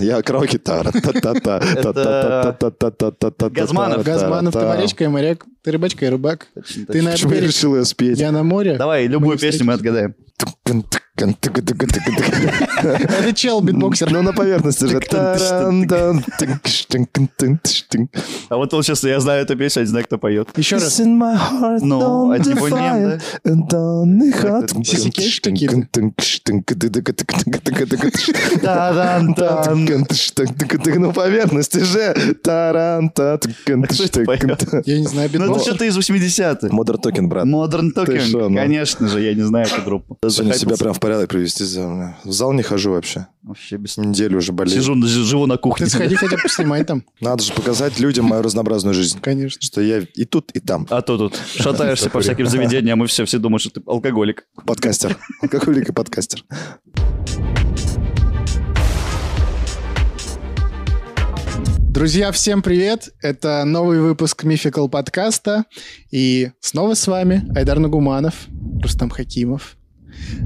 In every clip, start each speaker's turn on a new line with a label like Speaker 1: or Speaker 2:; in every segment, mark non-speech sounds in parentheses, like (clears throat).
Speaker 1: Я кроки Газманов,
Speaker 2: Газманов.
Speaker 3: А Газманов, ты морячка, я моряк, ты рыбачка, я рыбак. Ты на
Speaker 1: Почему я
Speaker 3: берег,
Speaker 1: решил ее спеть?
Speaker 3: я на море.
Speaker 2: Давай,
Speaker 3: Мы
Speaker 2: любую
Speaker 3: не
Speaker 2: песню мы отгадаем.
Speaker 3: Это чел, битбоксер.
Speaker 1: Ну, на поверхности же. Таран-дан, тынк-тынк-тынк-тынк.
Speaker 2: А вот он сейчас, я знаю эту песню, я не знаю, кто поет.
Speaker 3: Еще раз.
Speaker 1: It's in my heart,
Speaker 2: Ну,
Speaker 1: on
Speaker 2: а
Speaker 1: the
Speaker 2: типа
Speaker 1: fire,
Speaker 2: нем,
Speaker 1: and on the heart.
Speaker 3: Сиси Кейш какие-то?
Speaker 2: Та-дан-тан.
Speaker 1: Ну, поверхности же. Таран, та, тынк,
Speaker 3: А
Speaker 1: тынк.
Speaker 3: Я не знаю,
Speaker 2: Ну, это
Speaker 3: битбоксер.
Speaker 2: что-то из 80-х.
Speaker 1: Модер токен, брат.
Speaker 2: Modern
Speaker 1: шо, ну?
Speaker 2: Talking, конечно же, я не знаю эту группу.
Speaker 1: Сегодня себя
Speaker 2: Захотелся.
Speaker 1: прям в порядок привести. за- В зал не хожу вообще.
Speaker 2: Вообще без...
Speaker 1: Неделю уже болею.
Speaker 2: Сижу, живу на кухне.
Speaker 3: Ты сходи хотя бы снимай там,
Speaker 1: Надо же показать людям мою разнообразную жизнь.
Speaker 3: конечно.
Speaker 1: Что я и тут, и там.
Speaker 2: А то тут шатаешься по всяким заведениям, и все, все думают, что ты алкоголик.
Speaker 1: Подкастер. Алкоголик и
Speaker 3: (laughs)
Speaker 1: подкастер.
Speaker 3: Друзья, всем привет! Это новый выпуск Мификал подкаста. И снова с вами Айдар Нагуманов, Рустам Хакимов,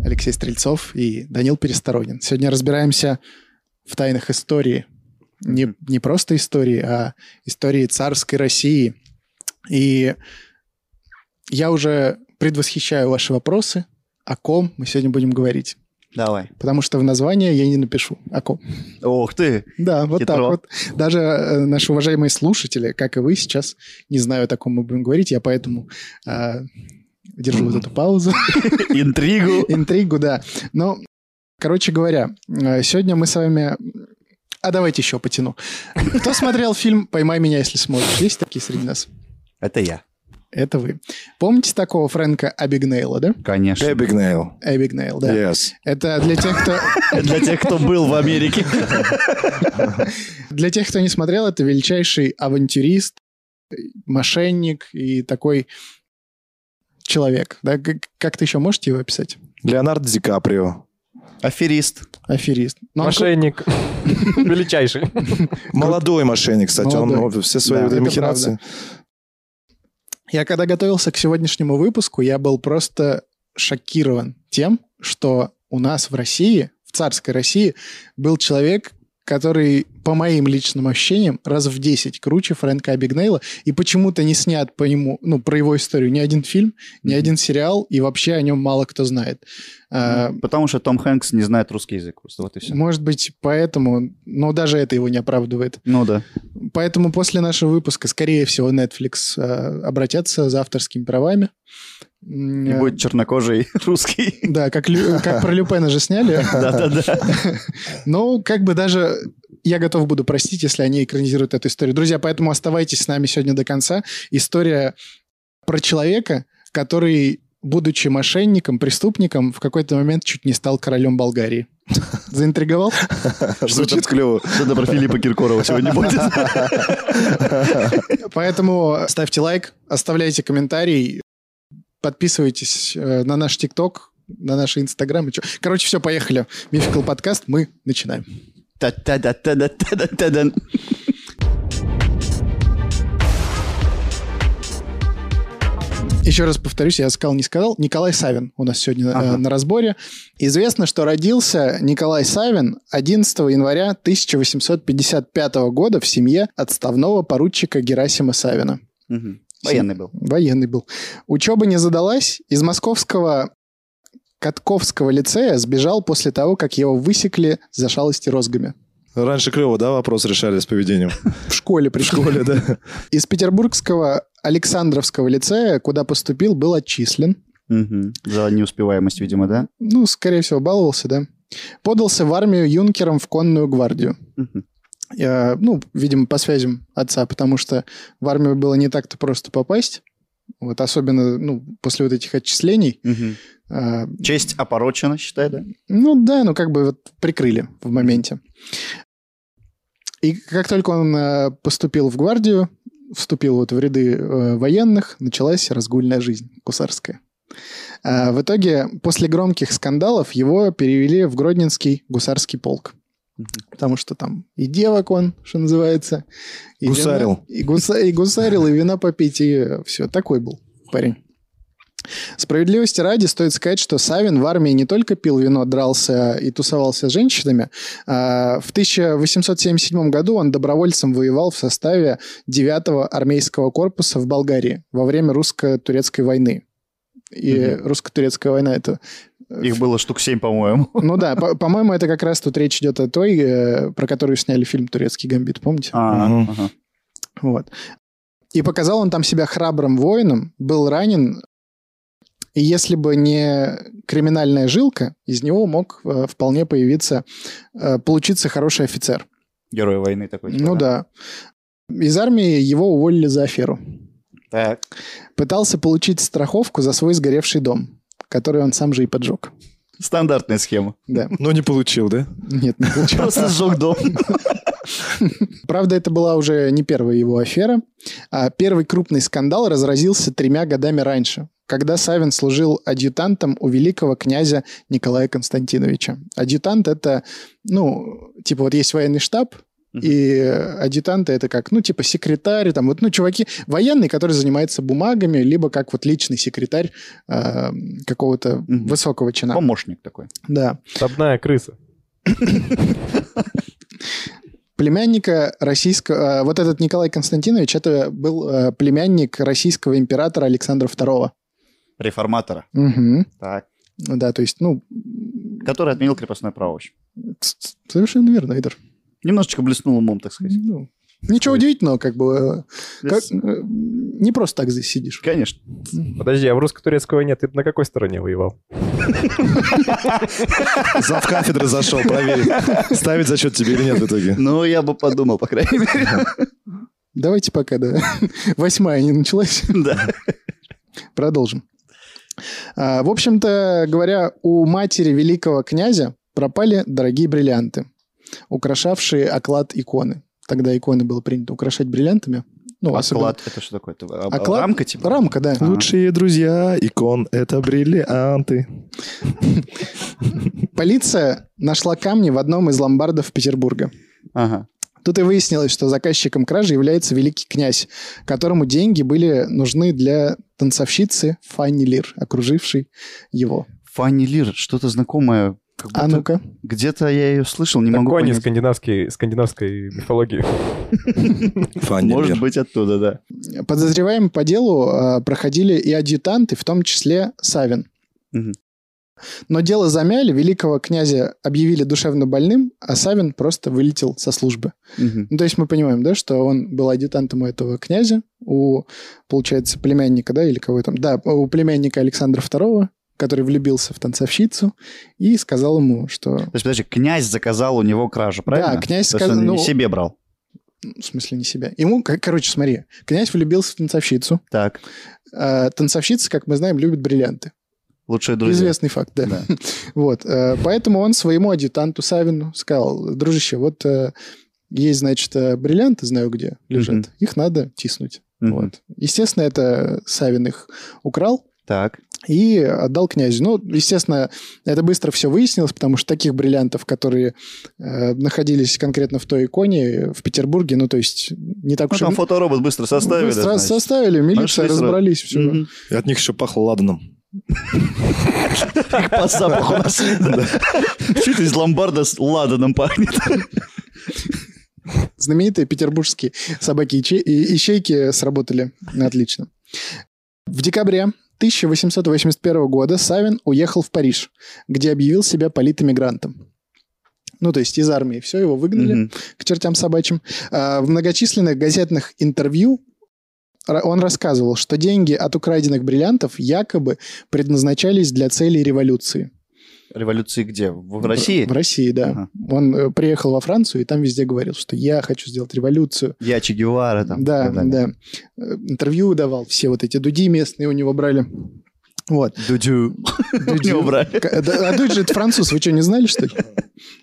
Speaker 3: Алексей Стрельцов и Данил Пересторонин. Сегодня разбираемся в тайнах истории. Не, не просто истории, а истории царской России. И я уже предвосхищаю ваши вопросы, о ком мы сегодня будем говорить.
Speaker 2: Давай.
Speaker 3: Потому что в названии я не напишу, о ком.
Speaker 2: Ох ты.
Speaker 3: Да, вот
Speaker 2: Хитро.
Speaker 3: так вот. Даже э, наши уважаемые слушатели, как и вы сейчас, не знаю, о таком мы будем говорить, я поэтому э, держу вот эту паузу, (laughs)
Speaker 2: Интригу.
Speaker 3: интригу, да. Но, короче говоря, э, сегодня мы с вами... А давайте еще потяну. Кто смотрел фильм «Поймай меня, если сможешь»? Есть такие среди нас?
Speaker 2: Это я.
Speaker 3: Это вы. Помните такого Фрэнка Абигнейла, да?
Speaker 2: Конечно.
Speaker 1: Эбигнейл.
Speaker 3: Абигнейл, да.
Speaker 1: Yes.
Speaker 3: Это для тех, кто...
Speaker 2: Для тех, кто был в Америке.
Speaker 3: Для тех, кто не смотрел, это величайший авантюрист, э, мошенник и такой человек. Да? Как, как ты еще можете его описать?
Speaker 1: Леонардо Ди Каприо.
Speaker 2: Аферист.
Speaker 3: Аферист. Ну, он
Speaker 4: Мошенник.
Speaker 3: (laughs)
Speaker 4: Величайший.
Speaker 1: Молодой мошенник, кстати. Он
Speaker 3: Молодой.
Speaker 1: ну, все свои
Speaker 3: Да,
Speaker 1: вот эти
Speaker 3: это
Speaker 1: махинации.
Speaker 3: Я когда готовился к сегодняшнему выпуску, я был просто шокирован тем, что у нас в России, в царской России, был человек, который, по моим личным ощущениям, раз в 10 круче Фрэнка Абигнейла, и почему-то не снят по нему, ну, про его историю ни один фильм, ни
Speaker 2: Мгм.
Speaker 3: один сериал, и вообще о нем мало кто знает. А,
Speaker 2: Потому что Том Хэнкс не знает русский язык. Просто вот и все.
Speaker 3: Может быть, поэтому, но даже это его не оправдывает.
Speaker 2: Ну да.
Speaker 3: Поэтому после нашего выпуска, скорее всего, Netflix э, обратятся за авторскими правами. М,
Speaker 2: И
Speaker 3: э,
Speaker 2: будет чернокожий (laughs)
Speaker 3: (laughs)
Speaker 2: русский.
Speaker 3: Да, как, лю- как про Люпена же сняли.
Speaker 2: Да-да-да.
Speaker 3: Но как бы даже я готов буду простить, если они экранизируют эту историю. Друзья, поэтому оставайтесь с нами сегодня до конца. История про человека, который, будучи мошенником, преступником, в какой-то момент чуть не стал королем Болгарии. Заинтриговал?
Speaker 1: Звучит клево.
Speaker 2: Что-то про Филиппа Киркорова сегодня будет.
Speaker 3: Поэтому ставьте лайк, оставляйте комментарий, подписывайтесь э, на наш ТикТок, на наши Инстаграмы. Чё- Короче, все, поехали. Мификал подкаст, мы начинаем.
Speaker 2: Та-та-да-та-да-та-да-та-дан.
Speaker 3: Еще раз повторюсь, я сказал, не сказал. Николай Савин у нас сегодня э,
Speaker 2: Ага.
Speaker 3: на разборе. Известно, что родился Николай Савин 11 января 1855 года в семье отставного поручика Герасима Савина.
Speaker 2: Мгм. Военный был.
Speaker 3: Военный был. Учеба не задалась. Из московского Катковского лицея сбежал после того, как его высекли за шалости розгами.
Speaker 1: Раньше клево, да, вопрос решали с поведением?
Speaker 3: В школе (laughs)
Speaker 1: В
Speaker 3: пришел.
Speaker 1: школе, да.
Speaker 3: Из петербургского Александровского лицея, куда поступил, был отчислен.
Speaker 2: Мгм. За неуспеваемость, видимо, да?
Speaker 3: Ну, скорее всего, баловался, да. Подался в армию юнкером в конную гвардию.
Speaker 2: Мгм.
Speaker 3: Э, ну, видимо, по связям отца, потому что в армию было не так-то просто попасть. Вот особенно, ну, после вот этих отчислений.
Speaker 2: Мгм.
Speaker 3: Э,
Speaker 2: Честь опорочена, считай, да?
Speaker 3: Ну да, ну как бы вот прикрыли в моменте. И как только он э, поступил в гвардию, вступил вот в ряды э, военных, началась разгульная жизнь кусарская. А в итоге, после громких скандалов, его перевели в Гродненский гусарский полк.
Speaker 2: Мгм.
Speaker 3: Потому что там и девок он, что называется. и вина-
Speaker 1: Гусарил.
Speaker 3: и, гуса- и гусарил, и вина попить, и все. Такой был парень. Справедливости ради стоит сказать, что Савин в армии не только пил вино, дрался и тусовался с женщинами. а В 1877 году он добровольцем воевал в составе 9-го армейского корпуса в Болгарии во время русско-турецкой войны. И русско-турецкая война это...
Speaker 2: Их было штук семь, по-моему.
Speaker 3: Ну да, по- по-моему, это как раз тут речь идет о той, э, про которую сняли фильм «Турецкий гамбит», помните?
Speaker 2: А,
Speaker 1: Мгм.
Speaker 2: ага.
Speaker 3: Вот. И показал он там себя храбрым воином, был ранен, и если бы не криминальная жилка, из него мог э, вполне появиться, э, получиться хороший офицер.
Speaker 2: Герой войны такой. типа,
Speaker 3: ну да. Из армии его уволили за аферу.
Speaker 2: Так.
Speaker 3: Пытался получить страховку за свой сгоревший дом, который он сам же и поджег.
Speaker 2: Стандартная схема.
Speaker 3: Да,
Speaker 1: Но не получил, да?
Speaker 3: нет, не получилось.
Speaker 2: Просто сжег дом.
Speaker 3: Правда, это была уже не первая его афера. А первый крупный скандал разразился тремя годами раньше, когда Савин служил адъютантом у великого князя Николая Константиновича. Адъютант — это, ну, типа вот есть военный штаб,
Speaker 2: Мгм.
Speaker 3: и адъютанты это как, ну, типа секретарь, там вот, ну, чуваки, военный, который занимается бумагами, либо как вот личный секретарь э, какого-то
Speaker 2: Мгм.
Speaker 3: высокого чина.
Speaker 2: Помощник такой.
Speaker 3: Да.
Speaker 4: Штабная крыса.
Speaker 3: племянника российского... э, Вот этот Николай Константинович, это был э, племянник российского императора Александра II.
Speaker 2: Реформатора.
Speaker 3: Мгм.
Speaker 2: Так.
Speaker 3: Ну Да, то есть, ну,
Speaker 2: Который отменил крепостное право. в общем.
Speaker 3: ц- ц- совершенно верно, Эйдер.
Speaker 2: Немножечко блеснул умом, так сказать.
Speaker 3: Ну, ничего удивительного, как бы. э, как-
Speaker 2: Здесь-
Speaker 3: э, не просто так здесь сидишь.
Speaker 2: Конечно.
Speaker 4: Подожди, а в русско-турецкой войне ты на какой стороне воевал?
Speaker 1: Зав кафедры зашел, проверить, ставить зачет тебе или нет в итоге.
Speaker 2: Ну, я бы подумал, по крайней мере. (laughs)
Speaker 3: Давайте пока, да. (laughs) Восьмая не началась.
Speaker 2: Да.
Speaker 3: Продолжим. А, В общем-то говоря, у матери великого князя пропали дорогие бриллианты, украшавшие оклад иконы. Тогда иконы было принято украшать бриллиантами. Ну, особенно-
Speaker 2: Оклад. Это что такое? Это а- а-
Speaker 3: Оклад?
Speaker 2: Рамка типа?
Speaker 3: Рамка, да.
Speaker 2: А.
Speaker 1: Лучшие друзья, икон — это бриллианты.
Speaker 3: Полиция нашла камни в одном из ломбардов Петербурга.
Speaker 2: Ага.
Speaker 3: Тут и выяснилось, что заказчиком кражи является великий князь, которому деньги были нужны для танцовщицы Фанни Лир, окружившей его.
Speaker 2: Фанни Лир, что-то знакомое. Как будто
Speaker 3: А ну-ка.
Speaker 2: Где-то я ее слышал, не могу
Speaker 4: Такой не
Speaker 2: понять.
Speaker 4: скандинавский, скандинавской мифологии.
Speaker 1: Фанни
Speaker 2: Может
Speaker 1: Лер.
Speaker 2: быть, оттуда, да.
Speaker 3: Подозреваемые по делу э, проходили и адъютанты, в том числе Савин.
Speaker 2: Мгм.
Speaker 3: Но дело замяли, великого князя объявили душевно больным, а Савин просто вылетел со службы.
Speaker 2: Мгм.
Speaker 3: Ну, то есть мы понимаем, да, что он был адъютантом у этого князя, у, получается, племянника, да, или кого там, да, у племянника Александра II, который влюбился в танцовщицу и сказал ему, что...
Speaker 2: То есть, подожди, князь заказал у него кражу, правильно?
Speaker 3: князь
Speaker 2: То есть он
Speaker 3: сказал,
Speaker 2: не
Speaker 3: ну-
Speaker 2: себе брал.
Speaker 3: Ну, В смысле, не себя. Ему, кор- короче, смотри, князь влюбился в танцовщицу.
Speaker 2: Так,
Speaker 3: а танцовщица, как мы знаем, любит бриллианты.
Speaker 2: лучшие друзья.
Speaker 3: Известный факт, да.
Speaker 2: Да.
Speaker 3: (laughs) Вот, э, поэтому он своему адъютанту Савину сказал, дружище, вот э, есть, значит, э, бриллианты, знаю где, лежат.
Speaker 2: Мгм.
Speaker 3: Их надо тиснуть.
Speaker 2: Мгм.
Speaker 3: Вот. Естественно, это Савин их украл
Speaker 2: Так,
Speaker 3: и отдал князю. Ну, естественно, это быстро все выяснилось, потому что таких бриллиантов, которые э, находились конкретно в той иконе в Петербурге, ну, то есть не так
Speaker 2: ну
Speaker 3: уж... и
Speaker 2: там фоторобот быстро составили.
Speaker 3: Быстро
Speaker 2: значит.
Speaker 3: составили, милиция,
Speaker 2: Нашли сразу.
Speaker 3: разобрались, все.
Speaker 2: Мгм.
Speaker 1: И От них еще пахло ладаном.
Speaker 2: Их по запаху нашли. да. Чуть из ломбарда с ладаном пахнет.
Speaker 3: Знаменитые петербургские собаки и че- и ищейки сработали отлично. В декабре 1881 года Савин уехал в Париж, где объявил себя политэмигрантом. Ну, то есть из армии. Все, его выгнали
Speaker 2: Мгм.
Speaker 3: к чертям собачьим. А, В многочисленных газетных интервью ра- он рассказывал, что деньги от украденных бриллиантов якобы предназначались для целей революции.
Speaker 2: Революции где? В в России?
Speaker 3: В России, да.
Speaker 2: Ага.
Speaker 3: Он э, приехал во Францию и там везде говорил, что я хочу сделать революцию.
Speaker 2: Я Че Гевара там. и
Speaker 3: Да,
Speaker 2: так далее.
Speaker 3: да. Э, Интервью давал, все вот эти дуди местные у него брали. Вот.
Speaker 2: Дудю. (laughs)
Speaker 3: Дудю.
Speaker 2: Его брали.
Speaker 3: К- да, А Дудь же это француз, вы что, не знали, что ли?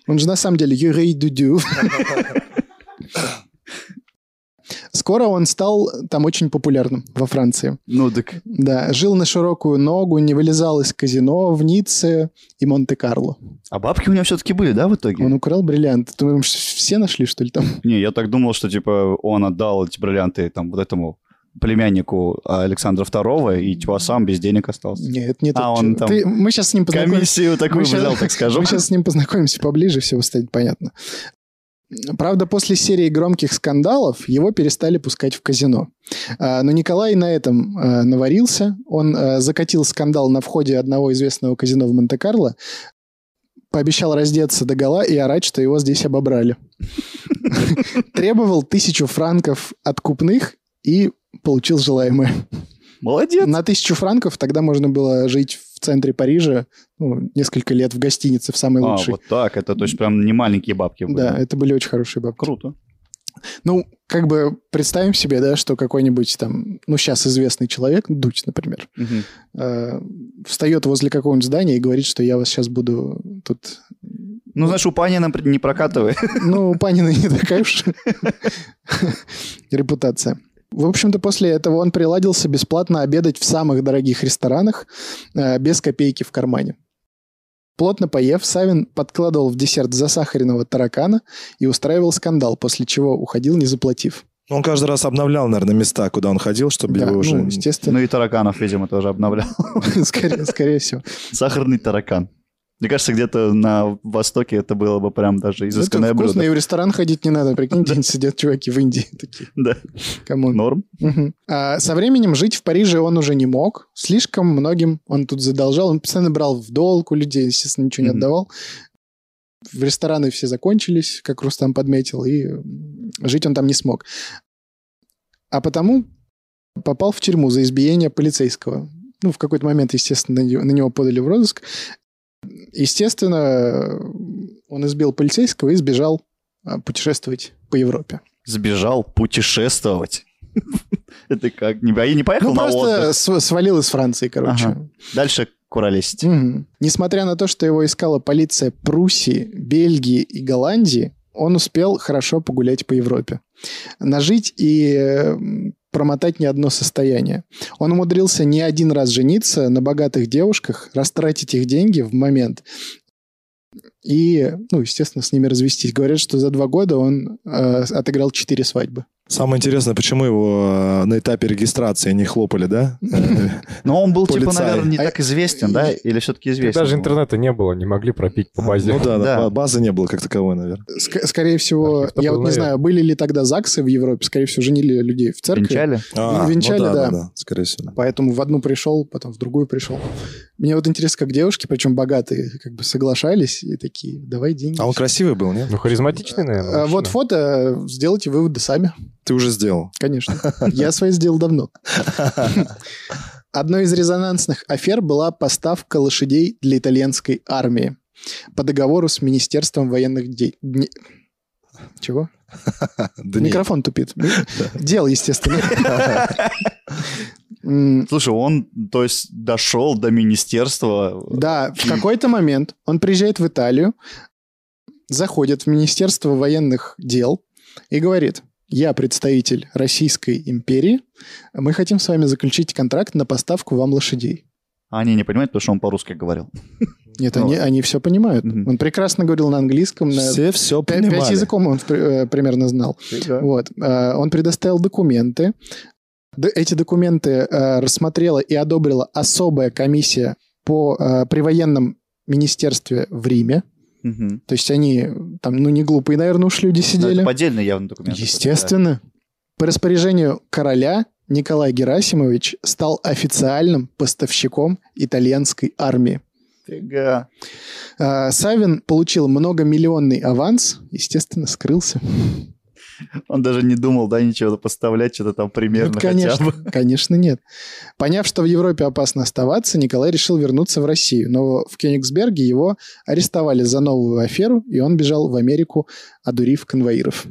Speaker 3: Он же на самом деле Юрий Дудю. Скоро он стал там очень популярным во Франции.
Speaker 2: Ну так.
Speaker 3: Да, жил на широкую ногу, не вылезал из казино в Ницце и Монте-Карло.
Speaker 2: А бабки у него все-таки были, да, в итоге?
Speaker 3: Он украл бриллианты. Ты думаешь, все нашли, что ли, там?
Speaker 2: Не, я так думал, что, типа, он отдал эти бриллианты, там, вот этому племяннику а, Александра II, и типа сам без денег остался.
Speaker 3: Нет, это не тот
Speaker 2: А, он
Speaker 3: человек.
Speaker 2: там
Speaker 3: Ты- мы сейчас с ним познакомимся.
Speaker 2: Комиссию такую
Speaker 3: Мы щас-
Speaker 2: взял, так скажем.
Speaker 3: Мы сейчас с ним познакомимся поближе, все станет понятно. Правда, после серии громких скандалов его перестали пускать в казино. А, Но Николай на этом а, наварился. Он а, закатил скандал на входе одного известного казино в Монте-Карло, пообещал раздеться до гола и орать, что его здесь обобрали. Требовал тысячу франков откупных и получил желаемое.
Speaker 2: Молодец.
Speaker 3: На тысячу франков тогда можно было жить в центре Парижа ну, несколько лет в гостинице, в самой
Speaker 2: А,
Speaker 3: лучшей.
Speaker 2: вот так, это то есть прям не маленькие бабки были.
Speaker 3: Да, это были очень хорошие бабки.
Speaker 2: Круто.
Speaker 3: Ну, как бы представим себе, да, что какой-нибудь там, ну, сейчас известный человек, Дудь, например,
Speaker 2: Мгм.
Speaker 3: э, встает возле какого-нибудь здания и говорит, что я вас сейчас буду тут...
Speaker 2: Ну, знаешь, у Панина например, не прокатывает.
Speaker 3: Ну, у Панина не такая уж (laughs) репутация. В общем-то, после этого он приладился бесплатно обедать в самых дорогих ресторанах э, без копейки в кармане. Плотно поев, Савин подкладывал в десерт засахаренного таракана и устраивал скандал, после чего уходил, не заплатив.
Speaker 1: Он каждый раз обновлял, наверное, места, куда он ходил, чтобы
Speaker 3: Да,
Speaker 1: его уже...
Speaker 3: ну, естественно, (laughs)
Speaker 1: (laughs)
Speaker 2: Ну и тараканов, видимо, тоже обновлял. (laughs)
Speaker 3: скорее, скорее всего.
Speaker 2: Сахарный таракан. Мне кажется, где-то на Востоке это было бы прям даже изысканное
Speaker 3: Это
Speaker 2: блюдо.
Speaker 3: вкусно, и в ресторан ходить не надо. Прикиньте, сидят чуваки в Индии (laughs) такие.
Speaker 2: (laughs) Да.
Speaker 3: Камон.
Speaker 2: Норм.
Speaker 3: Мгм. А со временем жить в Париже он уже не мог. Слишком многим он тут задолжал. Он постоянно брал в долг у людей, естественно, ничего не
Speaker 2: Мгм.
Speaker 3: отдавал. В рестораны все закончились, как Рустам подметил, и м, жить он там не смог. А потому попал в тюрьму за избиение полицейского. Ну, в какой-то момент, естественно, на него, на него подали в розыск. Естественно, он избил полицейского и сбежал а, путешествовать по Европе.
Speaker 2: Сбежал путешествовать. (laughs) Это как? Не- А я не поехал
Speaker 3: Ну,
Speaker 2: на
Speaker 3: просто
Speaker 2: отдых.
Speaker 3: св- свалил из Франции, короче.
Speaker 2: Ага. Дальше куролесить.
Speaker 3: Мгм. Несмотря на то, что его искала полиция Пруссии, Бельгии и Голландии, он успел хорошо погулять по Европе. Нажить и э, м, промотать не одно состояние. Он умудрился не один раз жениться на богатых девушках, растратить их деньги в момент и, ну, естественно, с ними развестись. Говорят, что за два года он э, отыграл четыре свадьбы.
Speaker 1: Самое интересное, почему его э, на этапе регистрации не хлопали, да?
Speaker 2: Но он был, типа,
Speaker 1: Полицай.
Speaker 2: наверное, не
Speaker 3: А-
Speaker 2: так известен, да? Или все-таки известен?
Speaker 4: Даже
Speaker 2: был?
Speaker 4: интернета не было, не могли пропить по базе.
Speaker 1: Ну да,
Speaker 2: Да.
Speaker 1: да, ба- базы не было как таковой, наверное.
Speaker 3: Ск- скорее всего,
Speaker 4: Архив-то
Speaker 3: я
Speaker 4: был,
Speaker 3: вот не
Speaker 4: наверное.
Speaker 3: знаю, были ли тогда ЗАГСы в Европе, скорее всего, женили людей в церкви.
Speaker 2: Венчали?
Speaker 1: А,
Speaker 3: венчали,
Speaker 1: ну
Speaker 3: да.
Speaker 1: скорее всего.
Speaker 3: Поэтому в одну пришел, потом в другую пришел. Мне вот интересно, как девушки, причем богатые, как бы соглашались и такие, давай деньги.
Speaker 1: А он красивый был, нет?
Speaker 4: Ну, харизматичный, наверное.
Speaker 3: А вот
Speaker 4: мужчина.
Speaker 3: фото, э, сделайте выводы сами,
Speaker 1: Ты уже сделал.
Speaker 3: конечно.
Speaker 1: (laughs)
Speaker 3: Я свои сделал давно. Одной из резонансных афер была поставка лошадей для итальянской армии по договору с Министерством военных дей... дне- Чего?
Speaker 1: (laughs) Да нет.
Speaker 3: Микрофон тупит. Дел, естественно.
Speaker 1: (laughs)
Speaker 3: М,
Speaker 2: Слушай, он, то есть, дошел до министерства.
Speaker 3: Да, в какой-то момент он приезжает в Италию, заходит в Министерство военных дел и говорит, я представитель Российской империи, мы хотим с вами заключить контракт на поставку вам лошадей.
Speaker 2: А они не понимают, потому что он по-русски говорил.
Speaker 3: Нет,
Speaker 2: Ну
Speaker 3: они,
Speaker 2: ладно.
Speaker 3: они все понимают.
Speaker 2: Мгм.
Speaker 3: Он прекрасно говорил на английском, на
Speaker 1: Все все
Speaker 3: пя- э, пять
Speaker 1: понимали.
Speaker 3: языков он при- э, примерно знал. Вот. Э, Он предоставил документы. Д- Эти документы э, рассмотрела и одобрила особая комиссия по, э, при военном министерстве в Риме.
Speaker 2: Мгм.
Speaker 3: То есть они там, ну, не глупые, наверное, уж люди
Speaker 2: Ну,
Speaker 3: сидели.
Speaker 2: это поддельный явно документ. какой-то,
Speaker 3: Естественно. По распоряжению короля Николай Герасимович стал официальным поставщиком итальянской армии.
Speaker 2: да. Фига.
Speaker 3: Э, Савин получил многомиллионный аванс, естественно, скрылся.
Speaker 2: Он даже не думал, да, ничего поставлять, что-то там примерно
Speaker 3: Ну,
Speaker 2: хотя
Speaker 3: конечно,
Speaker 2: бы.
Speaker 3: (laughs) конечно, нет. Поняв, что в Европе опасно оставаться, Николай решил вернуться в Россию. Но в Кёнигсберге его арестовали за новую аферу, и он бежал в Америку, одурив конвоиров.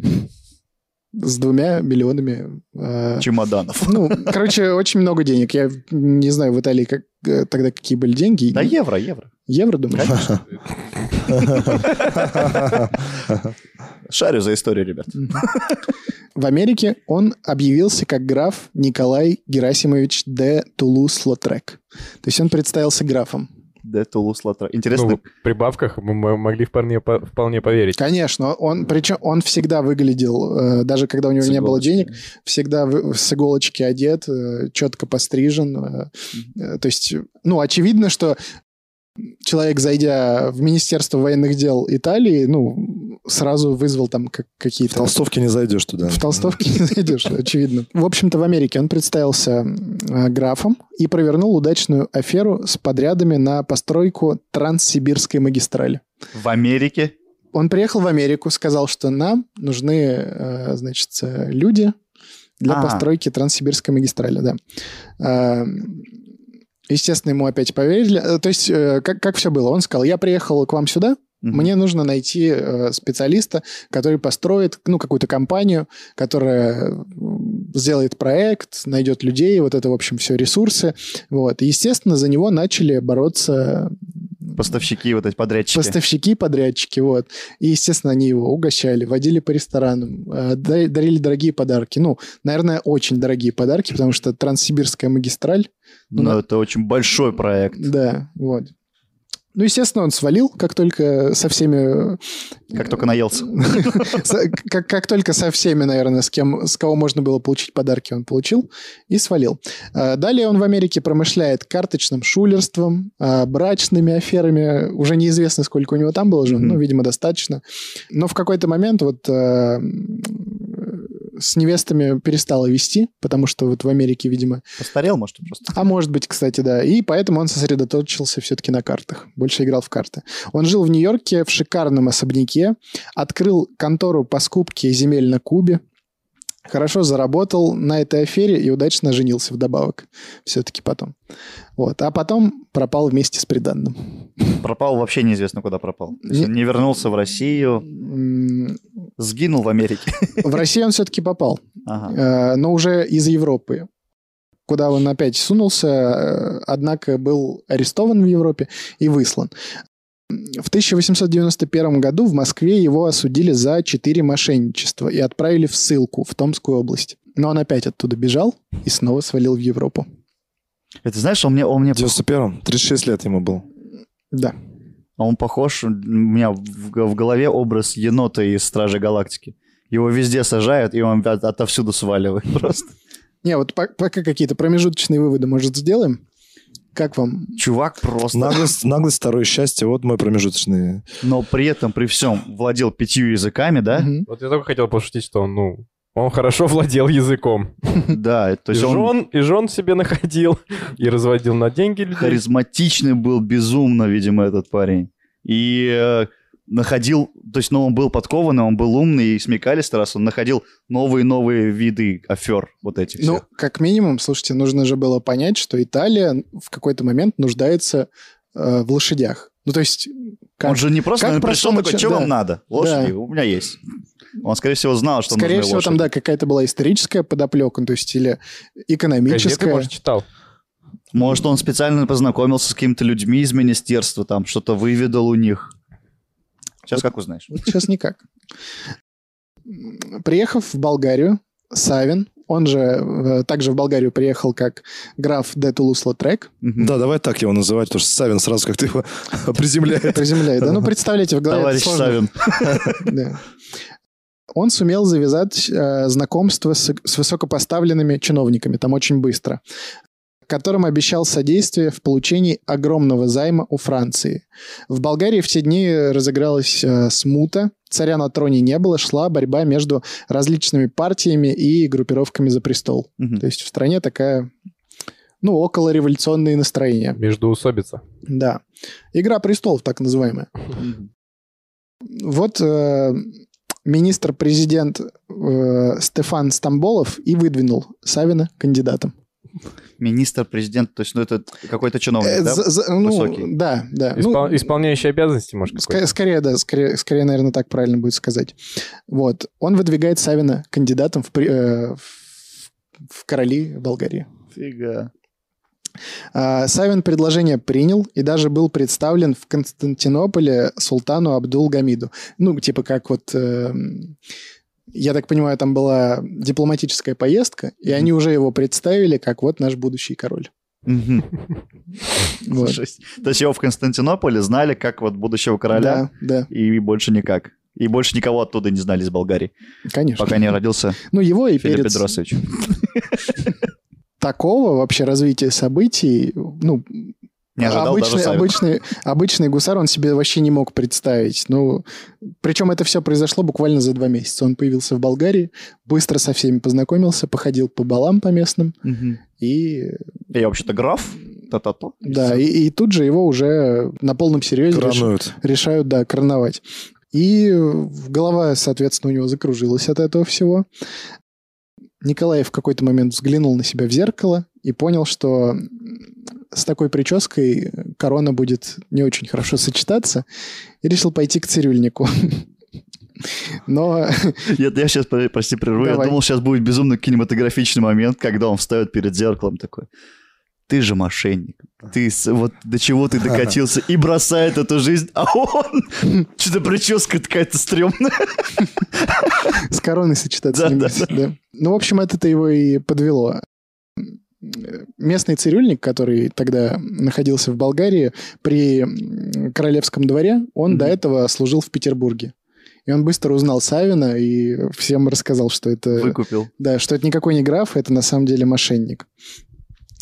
Speaker 3: С двумя миллионами... э,
Speaker 2: Чемоданов.
Speaker 3: ну, короче, очень много денег. Я не знаю, в Италии как, э, тогда какие были деньги.
Speaker 2: Да евро, евро.
Speaker 3: Евро, думаю?
Speaker 2: Шарю за историю, ребят.
Speaker 3: В Америке он объявился как граф Николай Герасимович де Тулус-Лотрек. То есть он представился графом.
Speaker 2: Да, Тулус Латра. Интересно,
Speaker 4: Ну, при бабках мы мы могли вполне, по- вполне поверить.
Speaker 3: Конечно, он причем он всегда выглядел, э, даже когда у него
Speaker 2: с
Speaker 3: не было
Speaker 2: иголочками.
Speaker 3: денег, всегда в- с иголочки одет, э, четко пострижен. э, э, То есть, ну, очевидно, что человек, зайдя в Министерство военных дел Италии, ну, сразу вызвал там как-
Speaker 1: В
Speaker 3: какие-то...
Speaker 1: толстовке не зайдешь туда.
Speaker 3: В толстовке
Speaker 2: (laughs)
Speaker 3: не зайдешь, очевидно. В общем-то, в Америке он представился э, графом и провернул удачную аферу с подрядами на постройку Транссибирской магистрали
Speaker 2: в Америке
Speaker 3: он приехал в Америку, сказал, что нам нужны, э, значит, э, люди для
Speaker 2: А.
Speaker 3: постройки Транссибирской магистрали, да. Э, Естественно, ему опять поверили. Э, То есть, э, как, как все было? Он сказал, я приехал к вам сюда,
Speaker 2: Мгм.
Speaker 3: мне нужно найти э, специалиста, который построит, ну, какую-то компанию, которая м, сделает проект, найдет людей, вот это, в общем, все ресурсы. Вот. И, естественно, за него начали бороться э,
Speaker 2: поставщики, вот эти подрядчики.
Speaker 3: Поставщики, подрядчики, вот. И, естественно, они его угощали, водили по ресторанам, э, да- дарили дорогие подарки. Ну, наверное, очень дорогие подарки, потому что Транссибирская магистраль,
Speaker 2: Но
Speaker 3: Ну,
Speaker 2: это очень большой проект.
Speaker 3: да, вот. Ну, естественно, он свалил, как только со всеми... э,
Speaker 2: Как только наелся.
Speaker 3: (laughs) со- Как, как только со всеми, наверное, с кем, с кого можно было получить подарки, он получил и свалил. Э, Далее он в Америке промышляет карточным шулерством, э, брачными аферами. Уже неизвестно, сколько у него там было жен,
Speaker 2: Мгм.
Speaker 3: ну, видимо, достаточно. Но в какой-то момент вот э, м, э, с невестами перестало вести, потому что вот в Америке, видимо...
Speaker 2: Постарел, может, он просто.
Speaker 3: А может быть, кстати, да. И поэтому он сосредоточился все-таки на картах. Больше играл в карты. Он жил в Нью-Йорке в шикарном особняке, открыл контору по скупке земель на Кубе, хорошо заработал на этой афере и удачно женился вдобавок. Все-таки потом. Вот. А потом пропал вместе с приданным.
Speaker 2: Пропал вообще неизвестно, куда пропал. То есть
Speaker 3: Не-
Speaker 2: он не вернулся в Россию,
Speaker 3: М,
Speaker 2: сгинул в Америке.
Speaker 3: В Россию он все-таки попал,
Speaker 2: Ага.
Speaker 3: э, но уже из Европы куда он опять сунулся, э, однако был арестован в Европе и выслан. В 1891 году в Москве его осудили за четыре мошенничества и отправили в ссылку в Томскую область. Но он опять оттуда бежал и снова свалил в Европу.
Speaker 2: Это знаешь, он мне, он мне
Speaker 1: В 91-м? 36 лет ему был.
Speaker 3: Да.
Speaker 2: А он похож, у меня в, г- в голове образ енота из Стражи Галактики. Его везде сажают, и он от- отовсюду сваливает (laughs) просто.
Speaker 3: Не, вот пок- пока какие-то промежуточные выводы, может, сделаем? Как вам?
Speaker 2: Чувак просто,
Speaker 1: Наглость, наглость, второе счастье. Вот мой промежуточный.
Speaker 2: но при этом, при всем, владел пятью языками,
Speaker 3: (laughs)
Speaker 2: да?
Speaker 3: Мгм.
Speaker 4: Вот я только хотел пошутить, что он, ну, он хорошо владел языком.
Speaker 2: Да, то
Speaker 4: И
Speaker 2: есть он
Speaker 4: жен, и жен себе находил, и разводил на деньги людей.
Speaker 2: харизматичный был безумно, видимо, этот парень. И э, находил, то есть, ну, он был подкованный, он был умный и смекалистый, раз он находил новые-новые виды афер вот этих
Speaker 3: Ну,
Speaker 2: всех.
Speaker 3: как минимум, слушайте, нужно же было понять, что Италия в какой-то момент нуждается э, в лошадях. Ну, то есть... как-
Speaker 2: Он же не просто
Speaker 3: как
Speaker 2: он пришел
Speaker 3: простому
Speaker 2: такой,
Speaker 3: чел-
Speaker 2: что
Speaker 3: да.
Speaker 2: вам надо? Лошади, у меня есть. Он, скорее всего, знал, что
Speaker 3: Скорее
Speaker 2: нужны
Speaker 3: всего, там,
Speaker 2: лошади.
Speaker 3: да, какая-то была историческая подоплека, ну, то есть, или
Speaker 4: Газеты,
Speaker 3: экономическая.
Speaker 4: может, читал.
Speaker 2: Может, он специально познакомился с какими-то людьми из министерства, там что-то выведал у них. Сейчас как узнаешь?
Speaker 3: Вот сейчас никак. Приехав в Болгарию, Савин, он же э, также в Болгарию приехал как граф де
Speaker 2: (laughs)
Speaker 3: Тулус-Лотрек,
Speaker 2: Мгм.
Speaker 1: Да, давай так его называть, потому что Савин сразу как-то его (laughs) приземляет.
Speaker 3: приземляет. Да, ну, представляете, в голове это
Speaker 2: Товарищ
Speaker 3: сложно.
Speaker 2: Савин.
Speaker 3: Да. Он сумел завязать э, знакомство с, с высокопоставленными чиновниками, там очень быстро, которым обещал содействие в получении огромного займа у Франции. В Болгарии в те дни разыгралась э, смута, царя на троне не было, шла борьба между различными партиями и группировками за престол.
Speaker 2: Мгм.
Speaker 3: То есть в стране такая, ну, околореволюционные настроения.
Speaker 4: Междуусобица.
Speaker 3: Да. Игра престолов, так называемая.
Speaker 2: Мгм.
Speaker 3: Вот э, министр-президент э, Стефан Стамболов и выдвинул Савина кандидатом.
Speaker 2: Министр, президент, то есть, ну, это какой-то
Speaker 3: Э,
Speaker 2: чиновник, да?
Speaker 3: за- за- ну,
Speaker 2: Высокий.
Speaker 3: да, да. Ну,
Speaker 4: Испол- Исполняющий обязанности, может,
Speaker 3: ск-
Speaker 4: какой-то.
Speaker 3: скорее, да, скорее, скорее, наверное, так правильно будет сказать. Вот. Он выдвигает Савина кандидатом в, при- э, в- в короли Болгарии.
Speaker 2: Фига.
Speaker 3: А, Савин предложение принял и даже был представлен в Константинополе султану Абдул-Гамиду. Ну, типа как вот... эм, я так понимаю, там была дипломатическая поездка, и они уже его представили как вот наш будущий король.
Speaker 2: (laughs) Мгм.
Speaker 3: Вот.
Speaker 2: Жесть. То есть его в Константинополе знали как вот будущего короля,
Speaker 3: Да,
Speaker 2: и больше никак. И больше никого оттуда не знали из Болгарии,
Speaker 3: да, конечно.
Speaker 2: пока не родился
Speaker 3: Ну, его и
Speaker 2: Филипп
Speaker 3: перец.
Speaker 2: Петросович.
Speaker 3: Такого вообще развития событий, ну,
Speaker 2: Не ожидал даже
Speaker 3: обычный,
Speaker 2: Савин.
Speaker 3: обычный, обычный гусар он себе вообще не мог представить. Ну, причем это все произошло буквально за два месяца. Он появился в Болгарии, быстро со всеми познакомился, походил по балам по местным,
Speaker 2: Мгм.
Speaker 3: и
Speaker 2: Я вообще-то граф. Та-та-та.
Speaker 3: да, и, и тут же его уже на полном серьезе реш-
Speaker 1: Коронуют.
Speaker 3: решают, да, короновать. И в- голова, соответственно, у него закружилась от этого всего. Николаев в какой-то момент взглянул на себя в зеркало и понял, что с такой прической корона будет не очень хорошо сочетаться, и решил пойти к цирюльнику. (laughs) Но
Speaker 2: Я, я сейчас, прости, прерву. Я
Speaker 3: Давай.
Speaker 2: думал, сейчас будет безумно кинематографичный момент, когда он встает перед зеркалом такой. Ты же мошенник. Ты с- вот до чего
Speaker 3: (laughs)
Speaker 2: ты докатился и бросает эту жизнь. А он... Что-то прическа какая-то стрёмная.
Speaker 3: (laughs) с короной сочетаться
Speaker 2: Да,
Speaker 3: не
Speaker 2: да,
Speaker 3: будет. да. Ну, в общем, это-то его и подвело. Местный цирюльник, который тогда находился в Болгарии, при м, королевском дворе, он
Speaker 2: Мгм.
Speaker 3: до этого служил в Петербурге. И он быстро узнал Савина и всем рассказал, что это...
Speaker 2: Выкупил.
Speaker 3: Да, что это никакой не граф, это на самом деле мошенник.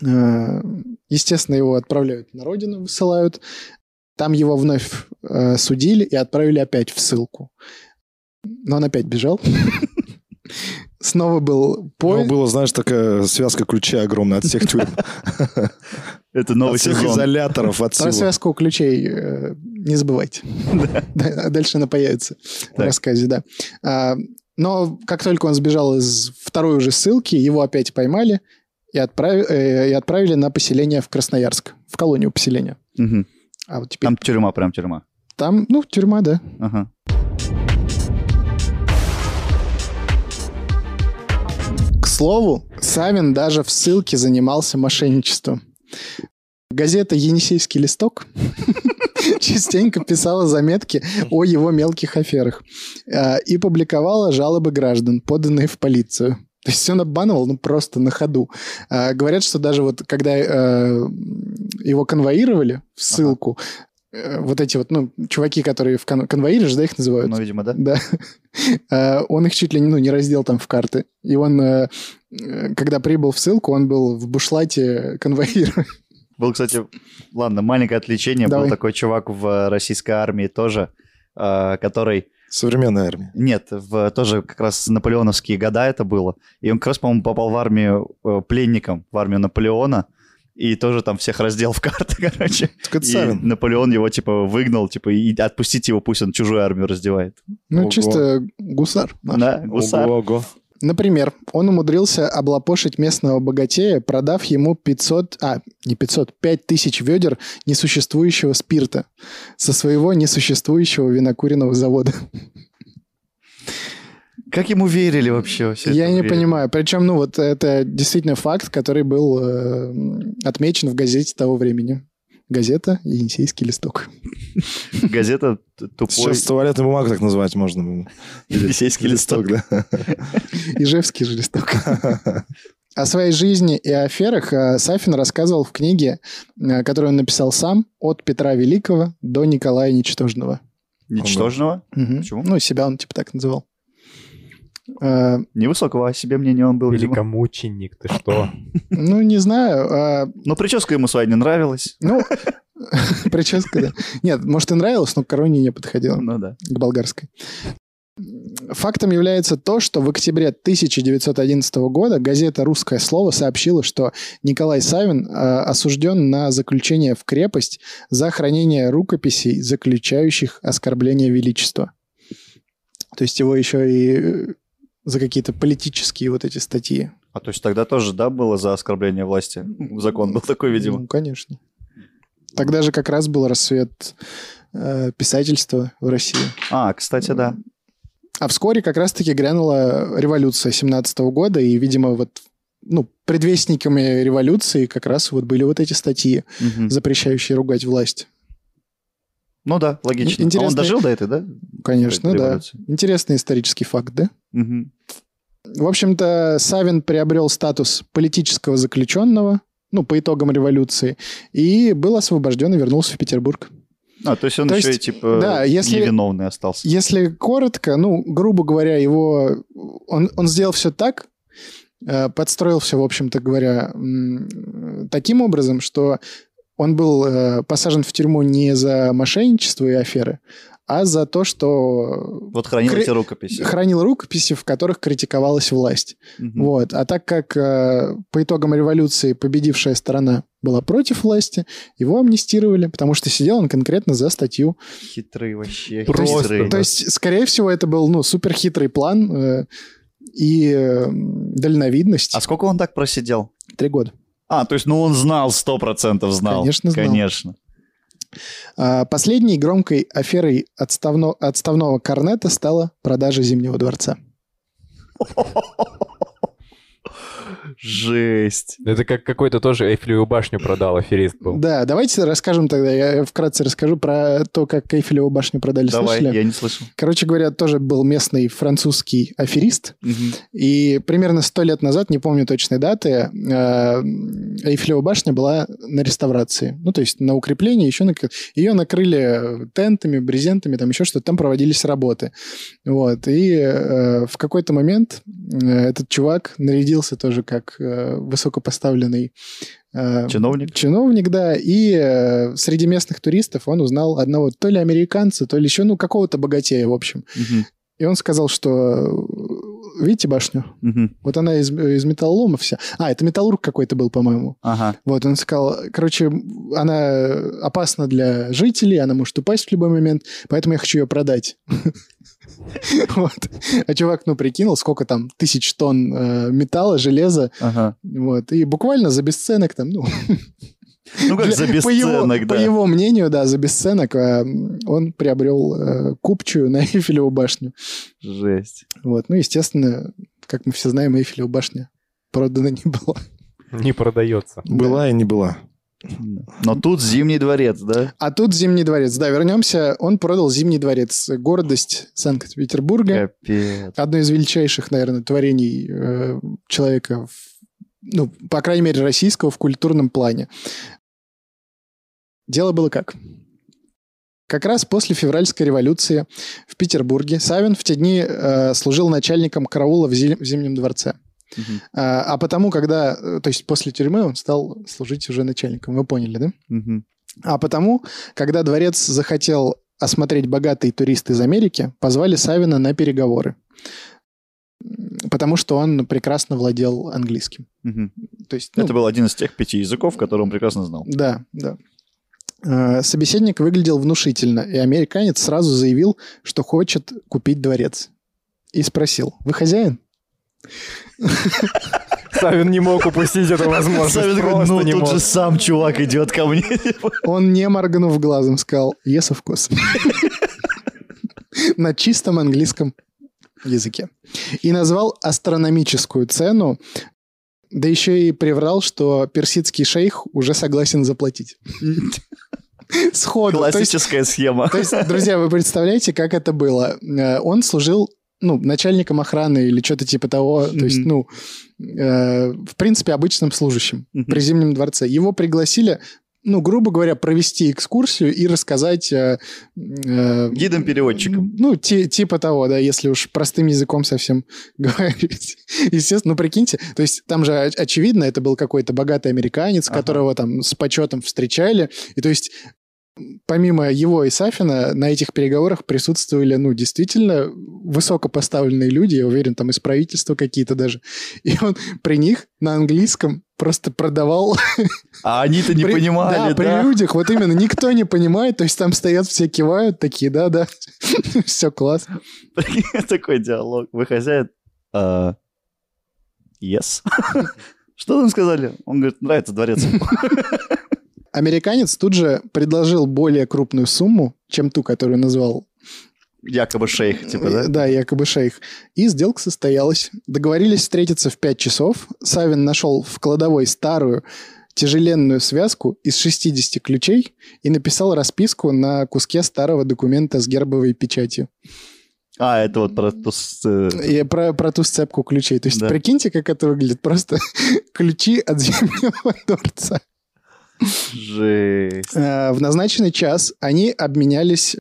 Speaker 3: Э, Естественно, его отправляют на родину, высылают. Там его вновь э, судили и отправили опять в ссылку. Но он опять бежал. (laughs) Снова был
Speaker 1: Ну,
Speaker 3: поезд.
Speaker 1: было, знаешь, такая связка ключей огромная от всех
Speaker 4: (laughs)
Speaker 1: тюрем.
Speaker 2: Это новый
Speaker 1: От всех
Speaker 2: сезон.
Speaker 1: изоляторов, от
Speaker 3: Про
Speaker 1: всего.
Speaker 3: связку ключей э, не забывайте. Да, а Дальше она появится в
Speaker 2: Так.
Speaker 3: рассказе, да. А, Но как только он сбежал из второй уже ссылки, его опять поймали и отправи- э, и отправили на поселение в Красноярск, в колонию поселения.
Speaker 2: Мгм.
Speaker 3: А вот теперь
Speaker 2: Там тюрьма, прям тюрьма.
Speaker 3: там, ну, тюрьма, да.
Speaker 2: Ага.
Speaker 3: К слову, Савин даже в ссылке занимался мошенничеством. Газета «Енисейский листок» (laughs) частенько писала заметки о его мелких аферах э, и публиковала жалобы граждан, поданные в полицию. То есть он обманывал, ну, просто на ходу. Э, Говорят, что даже вот когда э, его конвоировали в ссылку, э, вот эти вот, ну, чуваки, которые в кон- конвоире же, да, их называют?
Speaker 2: Ну, видимо, да?
Speaker 3: Да. (laughs) Э, Он их чуть ли не, ну, не раздел там в карты. И он, э, э, когда прибыл в ссылку, он был в бушлате конвоира. (laughs)
Speaker 2: Был, кстати, ладно, маленькое отвлечение. Был
Speaker 3: Давай.
Speaker 2: такой чувак в э, российской армии тоже, э, который
Speaker 1: Современная армия.
Speaker 2: Нет, в, тоже как раз наполеоновские года это было. И он как раз, по-моему, попал в армию э, пленником, в армию Наполеона. И тоже там всех раздел в карты, (laughs) короче.
Speaker 1: Так это
Speaker 2: И
Speaker 1: Савин.
Speaker 2: Наполеон его, типа, выгнал, типа, и отпустите его, пусть он чужую армию раздевает.
Speaker 3: Ну,
Speaker 1: Ого.
Speaker 3: чисто гусар. наш.
Speaker 2: Да, гусар.
Speaker 1: Ого-го.
Speaker 3: Например, он умудрился облапошить местного богатея, продав ему 500, а, не 500, 5000 ведер несуществующего спирта со своего несуществующего винокуренного завода.
Speaker 2: Как ему верили вообще? всё
Speaker 3: Я
Speaker 2: это
Speaker 3: не
Speaker 2: время?
Speaker 3: понимаю. Причем, ну, вот это действительно факт, который был э, отмечен в газете того времени. Газета «Енисейский листок». (laughs)
Speaker 2: Газета т- тупой.
Speaker 1: Сейчас туалетную бумагу так называть можно. было.
Speaker 2: Елисейский листок.
Speaker 1: да.
Speaker 3: Ижевский же
Speaker 2: (laughs)
Speaker 3: листок. О своей жизни и о аферах э, Сафин рассказывал в книге, э, которую он написал сам, «От Петра Великого до Николая Ничтожного».
Speaker 2: Ничтожного.
Speaker 3: Мгм.
Speaker 2: Почему?
Speaker 3: Ну, себя он типа так называл. Э,
Speaker 2: Невысокого о себе мнения он был, видимо.
Speaker 4: Великомученик, ты что?
Speaker 3: Ну, не знаю. э,
Speaker 2: Но прическа ему своя не нравилась.
Speaker 3: Ну, прическа, да. Нет, может, и нравилось, но к короне не подходило.
Speaker 2: Ну да.
Speaker 3: к болгарской. Фактом является то, что в октябре 1911 года газета «Русское слово» сообщила, что Николай Савин э, осужден на заключение в крепость за хранение рукописей, заключающих оскорбление величества. То есть его еще и э, за какие-то политические вот эти статьи.
Speaker 2: А то есть тогда тоже, да, было за оскорбление власти? Ну, Закон был такой, видимо.
Speaker 3: Ну, конечно. Тогда же как раз был рассвет э, писательства в России.
Speaker 2: А, кстати, да.
Speaker 3: А вскоре как раз-таки грянула революция 17 года, и, видимо, вот ну, предвестниками революции как раз вот были вот эти статьи,
Speaker 2: Мгм.
Speaker 3: запрещающие ругать власть.
Speaker 2: Ну да, логично.
Speaker 3: Ин- интересно-
Speaker 2: А он дожил до этой, да?
Speaker 3: Конечно,
Speaker 2: До
Speaker 3: да.
Speaker 2: революции?
Speaker 3: Интересный исторический факт, да?
Speaker 2: Мгм.
Speaker 3: В общем-то, Савин приобрел статус политического заключенного, ну, по итогам революции, и был освобожден и вернулся в Петербург.
Speaker 2: А, то есть он
Speaker 3: То
Speaker 2: еще
Speaker 3: есть,
Speaker 2: и, типа,
Speaker 3: да, если-
Speaker 2: невиновный остался.
Speaker 3: Если коротко, ну, грубо говоря, его... Он, он сделал все так, э, подстроил все, в общем-то говоря, м, таким образом, что он был э, посажен в тюрьму не за мошенничество и аферы, а за то, что
Speaker 2: Вот хранил
Speaker 3: Кре-
Speaker 2: эти рукописи.
Speaker 3: хранил рукописи, в которых критиковалась власть.
Speaker 2: Мгм.
Speaker 3: Вот. А так как э, по итогам революции победившая сторона была против власти, его амнистировали, потому что сидел он конкретно за статью.
Speaker 2: Хитрый вообще.
Speaker 4: Просто,
Speaker 2: хитрый.
Speaker 3: Ну, То
Speaker 4: Да.
Speaker 3: есть, скорее всего, это был ну, суперхитрый план э, и э, дальновидность.
Speaker 2: А сколько он так просидел?
Speaker 3: Три года.
Speaker 2: А, то есть, ну он знал, сто процентов знал.
Speaker 3: Конечно, знал. (laughs)
Speaker 2: Конечно.
Speaker 3: А последней громкой аферой отставно- отставного корнета стала продажа Зимнего дворца.
Speaker 2: Жесть.
Speaker 4: Это как какой-то тоже Эйфелеву башню продал, аферист был.
Speaker 3: Да, давайте расскажем тогда, я вкратце расскажу про то, как Эйфелеву башню продали.
Speaker 2: Давай,
Speaker 3: Слышали?
Speaker 2: я не слышал.
Speaker 3: Короче говоря, тоже был местный французский аферист,
Speaker 2: Мгм.
Speaker 3: И примерно сто лет назад, не помню точной даты, э, Эйфелева башня была на реставрации. Ну, то есть на укреплении еще... нак- Ее накрыли тентами, брезентами, там еще что-то. Там проводились работы. Вот. И э, в какой-то момент э, этот чувак нарядился тоже как э, высокопоставленный... э,
Speaker 2: Чиновник?
Speaker 3: Чиновник, да, и э, среди местных туристов он узнал одного то ли американца, то ли еще, ну, какого-то богатея, в общем.
Speaker 2: Мгм.
Speaker 3: И он сказал, что э, видите башню?
Speaker 2: Мгм.
Speaker 3: Вот она из, из металлолома вся. А, это металлург какой-то был, по-моему.
Speaker 2: Ага.
Speaker 3: Вот, он сказал, короче, она опасна для жителей, она может упасть в любой момент, поэтому я хочу ее продать. (laughs) Вот. А чувак, ну, прикинул, сколько там, тысяч тонн э, металла, железа,
Speaker 2: Ага.
Speaker 3: вот. И буквально за бесценок
Speaker 2: (laughs)
Speaker 3: там, ну,
Speaker 2: Ну как
Speaker 3: для-
Speaker 2: за
Speaker 3: по его-
Speaker 2: бесценок,
Speaker 3: По
Speaker 2: да.
Speaker 3: его мнению, да, за бесценок э, он приобрел э, купчую на Эйфелеву башню.
Speaker 2: Жесть.
Speaker 3: Вот. Ну, естественно, как мы все знаем, Эйфелева башня продана (laughs) не была.
Speaker 4: Не продается.
Speaker 1: Была и не была.
Speaker 2: Но тут Зимний дворец, да?
Speaker 3: А тут Зимний дворец. Да, вернемся. Он продал Зимний дворец. Гордость Санкт-Петербурга.
Speaker 2: Капец.
Speaker 3: Одно из величайших, наверное, творений э, человека, в- ну, по крайней мере, российского в культурном плане. Дело было как? Как раз после февральской революции в Петербурге Савин в те дни э, служил начальником караула в, Зи- в Зимнем дворце.
Speaker 2: Мгм.
Speaker 3: А, а потому, когда, э, то есть после тюрьмы он стал служить уже начальником, вы поняли, да?
Speaker 2: Мгм.
Speaker 3: А потому, когда дворец захотел осмотреть богатые туристы из Америки, позвали Савина на переговоры. М, Потому что он прекрасно владел английским.
Speaker 2: Мгм.
Speaker 3: То есть, ну,
Speaker 2: Это был один из тех пяти языков, которые он прекрасно знал.
Speaker 3: да, да. Э, Собеседник выглядел внушительно, и американец сразу заявил, что хочет купить дворец. И спросил, вы хозяин?
Speaker 4: Савин не мог упустить эту
Speaker 2: Савин
Speaker 4: возможность.
Speaker 2: такой,
Speaker 4: Просто
Speaker 2: ну
Speaker 4: не
Speaker 2: тут
Speaker 4: мог.
Speaker 2: же сам чувак идет ко мне.
Speaker 3: Он, не моргнув глазом, сказал «Yes, of course». На чистом английском языке. И назвал астрономическую цену, да еще и приврал, что персидский шейх уже согласен заплатить. Сходу. То есть,
Speaker 2: Классическая схема.
Speaker 3: то есть, друзья, вы представляете, как это было? Э, Он служил ну, начальником охраны или что-то типа того, то есть,
Speaker 2: Мгм.
Speaker 3: ну, э, в принципе, обычным служащим
Speaker 2: Мгм.
Speaker 3: при Зимнем дворце. Его пригласили, ну, грубо говоря, провести экскурсию и рассказать... э, э,
Speaker 2: Гидом-переводчиком.
Speaker 3: ну, ти- типа того, да, если уж простым языком совсем (laughs) говорить. Естественно, ну, прикиньте, то есть там же оч- очевидно, это был какой-то богатый американец,
Speaker 2: Ага.
Speaker 3: которого там с почетом встречали, и то есть помимо его и Сафина на этих переговорах присутствовали, ну, действительно высокопоставленные люди, я уверен, там из правительства какие-то даже. И он при них на английском просто продавал
Speaker 2: А они-то не
Speaker 3: при-
Speaker 2: понимали,
Speaker 3: да, при людях, вот именно, никто не понимает, то есть там стоят, все кивают, такие, (laughs) да-да, все класс.
Speaker 2: (laughs) Такой диалог. Вы хозяин? А, Yes. (laughs) Что там сказали? Он говорит, нравится
Speaker 3: (laughs)
Speaker 2: дворец.
Speaker 3: Американец тут же предложил более крупную сумму, чем ту, которую назвал,
Speaker 2: Якобы шейх, типа,
Speaker 3: э,
Speaker 2: да?
Speaker 3: якобы шейх. И сделка состоялась. Договорились встретиться в 5 часов. Савин нашел в кладовой старую тяжеленную связку из 60 ключей и написал расписку на куске старого документа с гербовой печатью.
Speaker 2: А, это вот про ту с- э,
Speaker 3: И про, про ту сцепку ключей. То есть,
Speaker 2: Да.
Speaker 3: прикиньте, как это выглядит. Просто (laughs) ключи от Зимнего (laughs) дворца.
Speaker 2: жесть.
Speaker 3: Э, В назначенный час они обменялись...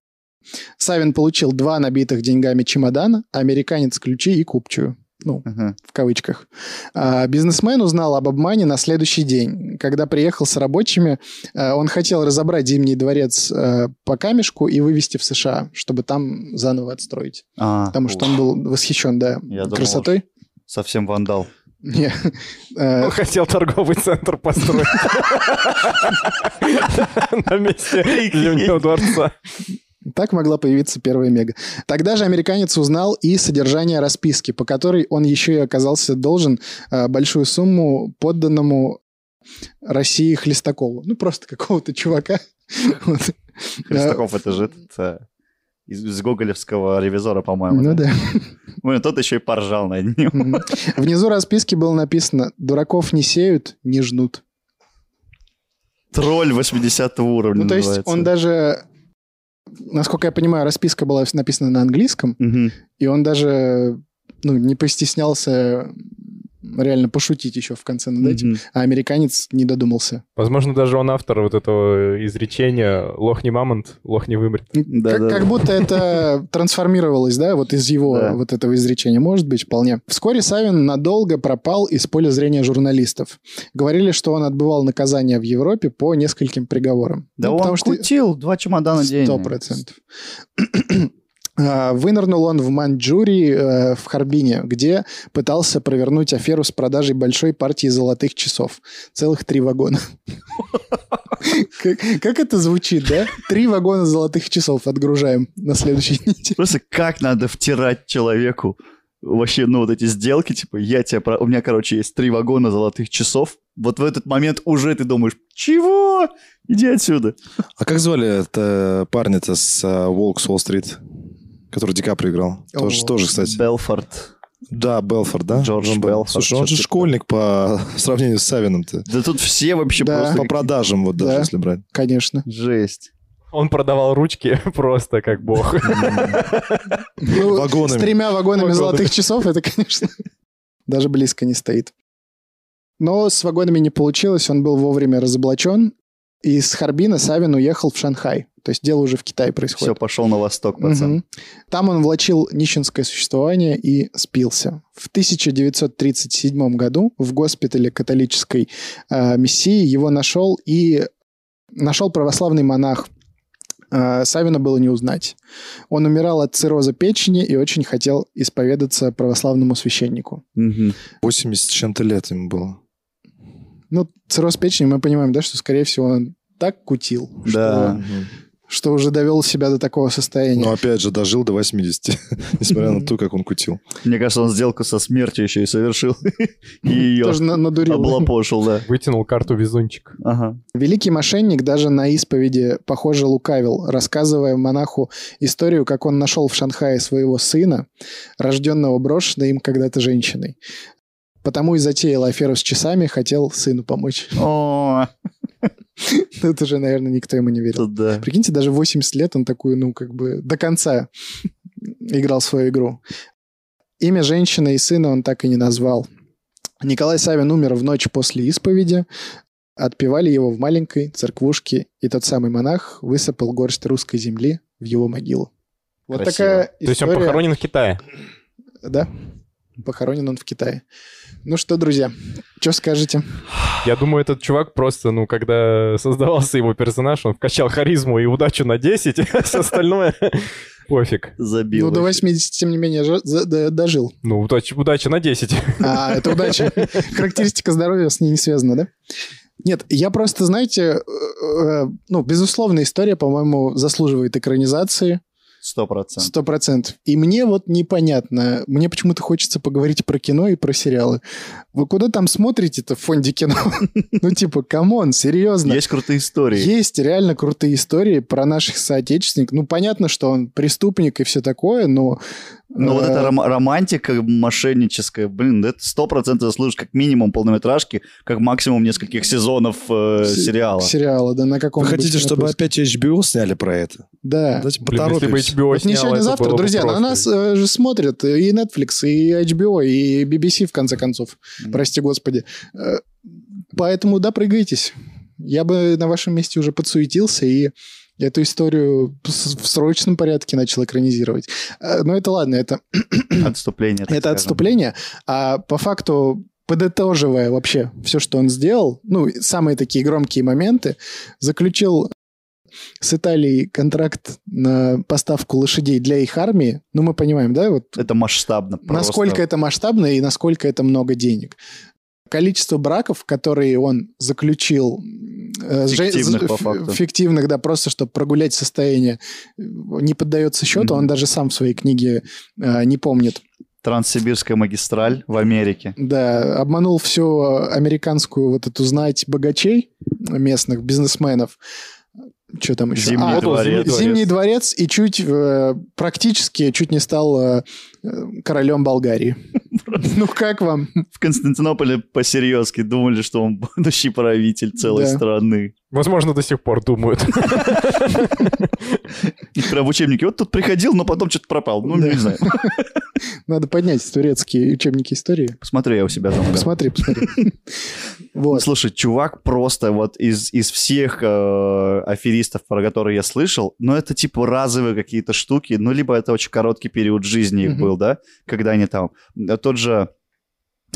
Speaker 3: Савин получил два набитых деньгами чемодана, а американец ключи и купчую. Ну,
Speaker 2: Ага.
Speaker 3: в кавычках. А, Бизнесмен узнал об обмане на следующий день. Когда приехал с рабочими, э, он хотел разобрать Зимний дворец э, по камешку и вывести в США, чтобы там заново отстроить.
Speaker 2: А,
Speaker 3: Потому что он был восхищен, да,
Speaker 2: Я думал,
Speaker 3: красотой.
Speaker 2: Совсем вандал.
Speaker 3: Не, (laughs) э,
Speaker 4: Он хотел торговый центр построить. (laughs) На месте Зимнего дворца.
Speaker 3: Так могла появиться первая мега. Тогда же американец узнал и содержание расписки, по которой он еще и оказался должен э, большую сумму подданному России Хлестакову. Ну, просто какого-то чувака. (laughs) Вот.
Speaker 2: Христаков, это же этот, э, из, из гоголевского ревизора, по-моему.
Speaker 3: Ну да.
Speaker 2: Блин, тот еще и поржал над ним. (laughs)
Speaker 3: Мгм. Внизу расписки было написано «Дураков не сеют, не жнут».
Speaker 2: Тролль 80 уровня
Speaker 3: Ну, то есть
Speaker 2: называется.
Speaker 3: он даже... Насколько я понимаю, расписка была написана на английском,
Speaker 2: Мгм.
Speaker 3: И он даже ну, не постеснялся реально пошутить еще в конце над этим.
Speaker 2: Мгм.
Speaker 3: А американец не додумался.
Speaker 4: Возможно, даже он автор вот этого изречения «Лох не мамонт, лох не вымрет».
Speaker 2: Да,
Speaker 3: как,
Speaker 2: да,
Speaker 3: как
Speaker 2: да. (laughs)
Speaker 3: будто это трансформировалось, да, вот из его
Speaker 2: Да.
Speaker 3: вот этого изречения. Может быть, вполне. Вскоре Савин надолго пропал из поля зрения журналистов. Говорили, что он отбывал наказание в Европе по нескольким приговорам.
Speaker 2: Да
Speaker 3: Ну,
Speaker 2: он кутил два чемодана денег.
Speaker 3: Сто процентов. (clears throat) А, Вынырнул он в Маньчжурии, э, в Харбине, где пытался провернуть аферу с продажей большой партии золотых часов. Целых три вагона. (laughs) Как как это звучит, да? Три вагона золотых часов отгружаем на следующей неделе.
Speaker 2: Просто как надо втирать человеку вообще, ну, вот эти сделки, типа, я тебя... про- У меня, короче, есть три вагона золотых часов. Вот в этот момент уже ты думаешь, чего? Иди отсюда.
Speaker 1: А как звали это парня-то с э, «Волк с Уолл-стрит», который Ди Каприо играл?
Speaker 3: О.
Speaker 1: Тоже, тоже, кстати.
Speaker 2: Белфорд.
Speaker 1: Да, Белфорд, да?
Speaker 2: Джордж
Speaker 1: Джон Бел-
Speaker 2: Белфорд,
Speaker 1: Слушай, ну он
Speaker 2: что-то
Speaker 1: же
Speaker 2: такое.
Speaker 1: школьник по (laughs) сравнению с Савиным-то.
Speaker 2: Да тут все вообще
Speaker 3: Да.
Speaker 2: просто...
Speaker 1: По продажам вот даже,
Speaker 3: Да.
Speaker 1: если брать.
Speaker 3: Конечно.
Speaker 2: Жесть.
Speaker 4: Он продавал ручки (laughs) просто как бог.
Speaker 3: Ну,
Speaker 1: Вагонами.
Speaker 3: С тремя вагонами
Speaker 4: Вагоны.
Speaker 3: золотых часов это, конечно, (laughs) даже близко не стоит. Но с вагонами не получилось, он был вовремя разоблачен. И с Харбина Савин уехал в Шанхай. То есть дело уже в Китае
Speaker 2: Все,
Speaker 3: происходит.
Speaker 2: пошел на восток, пацан.
Speaker 3: Мгм. Там он влачил нищенское существование и спился. В 1937 году в госпитале католической э, миссии его нашел и нашел православный монах. Э, Савина было не узнать. Он умирал от цирроза печени и очень хотел исповедаться православному священнику.
Speaker 2: Мгм.
Speaker 1: 80 с чем-то лет ему было.
Speaker 3: Ну, цирроз печени мы понимаем, да, что, скорее всего, он так кутил,
Speaker 2: Да.
Speaker 1: Мгм.
Speaker 3: что, что уже довел себя до такого состояния.
Speaker 1: Но опять же, дожил до 80, (laughs) несмотря на то, как он кутил.
Speaker 2: Мне кажется, он сделку со смертью еще и совершил. (laughs)
Speaker 3: (laughs)
Speaker 2: И ее (laughs)
Speaker 3: Тоже на-
Speaker 2: А
Speaker 3: надурил.
Speaker 2: облапошил, да.
Speaker 4: Вытянул карту везунчик.
Speaker 2: Ага.
Speaker 3: Великий мошенник даже на исповеди, похоже, лукавил, рассказывая монаху историю, как он нашел в Шанхае своего сына, рожденного брошенной им когда-то женщиной. Потому и затеял аферу с часами, хотел сыну помочь. (laughs)
Speaker 2: О,
Speaker 3: Тут уже, наверное, никто ему не верил.
Speaker 2: тут да.
Speaker 3: Прикиньте, даже 80 лет он такую, ну, как бы до конца играл свою игру. Имя женщины и сына он так и не назвал. Николай Савин умер в ночь после исповеди. Отпевали его в маленькой церквушке, и тот самый монах высыпал горсть русской земли в его могилу. Вот
Speaker 2: Красиво.
Speaker 3: такая история.
Speaker 4: То есть он похоронен в Китае.
Speaker 3: Да, похоронен он в Китае. Ну что, друзья, что скажете?
Speaker 4: Я думаю, этот чувак просто, ну, когда создавался его персонаж, он вкачал харизму и удачу на 10, (laughs) а все остальное пофиг.
Speaker 2: Забил.
Speaker 3: ну, до
Speaker 2: вообще.
Speaker 3: 80, тем не менее, жо- за- да- дожил.
Speaker 4: Ну, удача, удача на 10.
Speaker 3: А, это удача. Характеристика здоровья с ней не связана, да? Нет, я просто, знаете, э, э, ну, безусловно, история, по-моему, заслуживает экранизации
Speaker 2: Сто процентов.
Speaker 3: 100%. И мне вот непонятно, мне почему-то хочется поговорить про кино и про сериалы. Вы куда там смотрите-то в фонде кино? (laughs) Ну, типа, камон, серьезно.
Speaker 2: Есть крутые истории.
Speaker 3: Есть реально крутые истории про наших соотечественников. Ну, понятно, что он преступник и все такое, но э,
Speaker 2: Ну, вот
Speaker 3: Э,
Speaker 2: эта рома- романтика мошенническая, блин, да это сто процентов заслужишь как минимум полнометражки, как максимум нескольких сезонов э,
Speaker 3: Се-
Speaker 2: сериала.
Speaker 3: Сериала, да, на каком
Speaker 1: Вы хотите, чтобы опять HBO сняли про это?
Speaker 3: Да.
Speaker 1: Давайте
Speaker 4: Блин, если бы
Speaker 1: поторопимся.
Speaker 4: HBO
Speaker 3: Вот не
Speaker 4: сняло,
Speaker 3: сегодня,
Speaker 4: это
Speaker 3: завтра,
Speaker 4: было бы
Speaker 3: друзья, на
Speaker 4: просто.
Speaker 3: нас э, же смотрят и Netflix, и HBO, и BBC, в конце концов.
Speaker 2: Мгм.
Speaker 3: Прости, господи. Э, Поэтому, да, прыгайтесь. Я бы на вашем месте уже подсуетился и эту историю с- в срочном порядке начал экранизировать. Э, Но это ладно, это,
Speaker 2: Отступление. так
Speaker 3: это
Speaker 2: скажем.
Speaker 3: отступление. А по факту, подытоживая вообще все, что он сделал, ну, самые такие громкие моменты, заключил с Италией контракт на поставку лошадей для их армии. Ну, мы понимаем, да, вот
Speaker 2: Это масштабно. просто.
Speaker 3: насколько это масштабно и насколько это много денег. Количество браков, которые он заключил... э, с жен- с-
Speaker 2: Фиктивных, по
Speaker 3: ф-
Speaker 2: факту.
Speaker 3: Фиктивных, да, просто чтобы прогулять состояние, э, не поддается счету,
Speaker 2: Мгм.
Speaker 3: он даже сам в своей книге э, не помнит.
Speaker 2: Транссибирская магистраль в Америке.
Speaker 3: Да, обманул всю американскую вот эту знать богачей местных, бизнесменов. Что там еще?
Speaker 2: Зимний
Speaker 3: А,
Speaker 4: дворец.
Speaker 3: Зимний дворец. Зимний дворец и чуть э, практически чуть не стал э, э, королем Болгарии. (laughs) Ну как вам?
Speaker 2: В Константинополе по-серьезки думали, что он (laughs) будущий правитель целой
Speaker 3: Да.
Speaker 2: страны.
Speaker 4: Возможно, до сих пор думают. (laughs)
Speaker 2: И прям в учебнике. Вот тут приходил, но потом что-то пропал. Ну,
Speaker 3: Да.
Speaker 2: не знаю.
Speaker 3: Надо поднять турецкие учебники истории.
Speaker 2: Посмотрю я у себя дома.
Speaker 3: Посмотри, посмотри. Вот.
Speaker 2: Слушай, чувак просто вот из, из всех э, аферистов, про которые я слышал, ну, это типа разовые какие-то штуки, ну, либо это очень короткий период жизни их
Speaker 3: Мгм.
Speaker 2: был, да, когда они там... Да, Тот же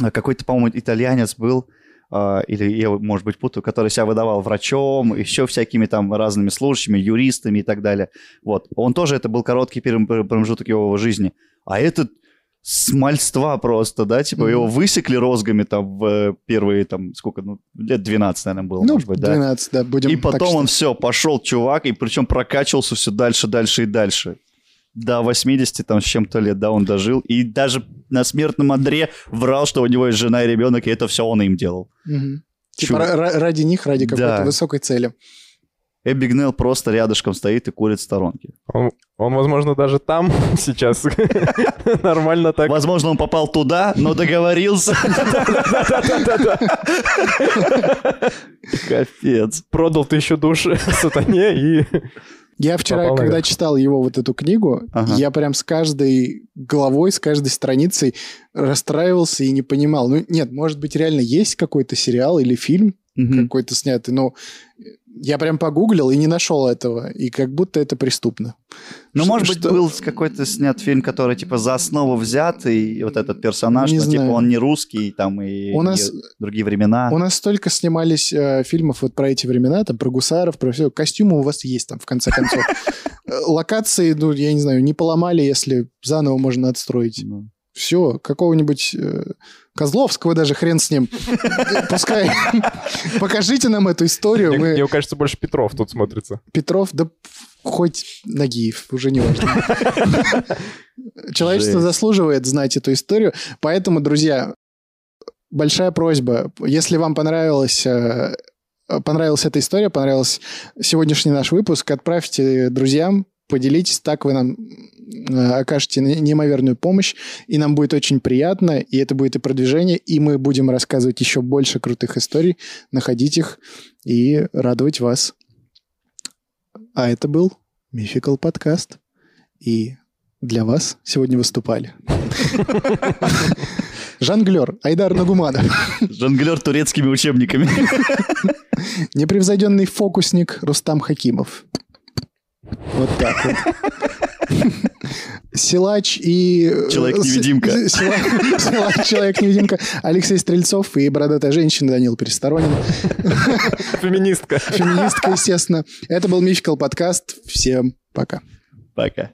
Speaker 2: э, какой-то, по-моему, итальянец был, э, или я, может быть, путаю, который себя выдавал врачом, еще всякими там разными служащими, юристами и так далее. Вот. Он тоже, это был короткий перем- пер- промежуток его жизни. А этот с мальства просто, да, типа
Speaker 3: Мгм.
Speaker 2: его высекли розгами там в э, первые там сколько, ну, лет 12, наверное, было,
Speaker 3: Ну,
Speaker 2: может быть, да.
Speaker 3: 12, да, будем
Speaker 2: И
Speaker 3: так
Speaker 2: потом он
Speaker 3: считать.
Speaker 2: все, пошел чувак, и причем прокачивался все дальше, дальше и дальше. До 80 там с чем-то лет, да, он дожил. И даже на смертном одре врал, что у него есть жена и ребенок, и это все он им делал.
Speaker 3: Мгм. Типа
Speaker 2: Чувак.
Speaker 3: ра- ра- ради них, ради
Speaker 2: Да.
Speaker 3: какой-то высокой цели.
Speaker 2: Эбигнел просто рядышком стоит и курит в сторонке.
Speaker 4: Он, он, возможно, даже там (laughs) сейчас нормально так.
Speaker 2: Возможно, он попал туда, но
Speaker 3: (laughs)
Speaker 2: договорился. Капец.
Speaker 4: (laughs) Продал тысячу душ (laughs) сатане и...
Speaker 3: Я вчера,
Speaker 4: Попал
Speaker 3: когда
Speaker 4: наверх.
Speaker 3: читал его вот эту книгу,
Speaker 2: Ага.
Speaker 3: я прям с каждой главой, с каждой страницей расстраивался и не понимал. Ну, нет, может быть, реально есть какой-то сериал или фильм
Speaker 2: Мгм.
Speaker 3: какой-то снятый, но я прям погуглил и не нашел этого. И как будто это преступно.
Speaker 2: Ну,
Speaker 3: Что-
Speaker 2: может быть,
Speaker 3: что-
Speaker 2: был какой-то снят фильм, который, типа, за основу взят, и вот этот персонаж,
Speaker 3: Не
Speaker 2: ну, типа,
Speaker 3: знаю.
Speaker 2: он не русский, там, и
Speaker 3: У нас,
Speaker 2: и другие времена.
Speaker 3: у нас столько снимались э, фильмов вот про эти времена, там, про гусаров, про все. Костюмы у вас есть там, в конце концов. Э, Локации, ну, я не знаю, не поломали, если заново можно отстроить.
Speaker 2: Ну.
Speaker 3: Все, какого-нибудь э, Козловского даже хрен с ним. Пускай. (laughs) Покажите нам эту историю.
Speaker 4: Мне,
Speaker 3: Мы
Speaker 4: мне кажется, больше Петров тут смотрится.
Speaker 3: Петров, да хоть Нагиев, уже не важно. Человечество
Speaker 2: Жесть.
Speaker 3: заслуживает знать эту историю. Поэтому, друзья, большая просьба. Если вам понравилось э, понравилась эта история, понравился сегодняшний наш выпуск, отправьте друзьям, поделитесь, так вы нам э, окажете не- неимоверную помощь, и нам будет очень приятно, и это будет и продвижение, и мы будем рассказывать еще больше крутых историй, находить их и радовать вас. А это был Мификал подкаст. И для вас сегодня выступали. Жонглер Айдар Нагуманов.
Speaker 2: Жонглер турецкими учебниками. (laughs)
Speaker 3: Непревзойденный фокусник Рустам Хакимов. Вот так вот. Силач и... э,
Speaker 2: Человек-невидимка.
Speaker 3: с- сила- Силач, Человек-невидимка. Алексей Стрельцов и бородатая женщина Данил Пересторонин.
Speaker 4: Феминистка.
Speaker 3: Феминистка, естественно. Это был Мификал подкаст. Всем пока.
Speaker 2: Пока.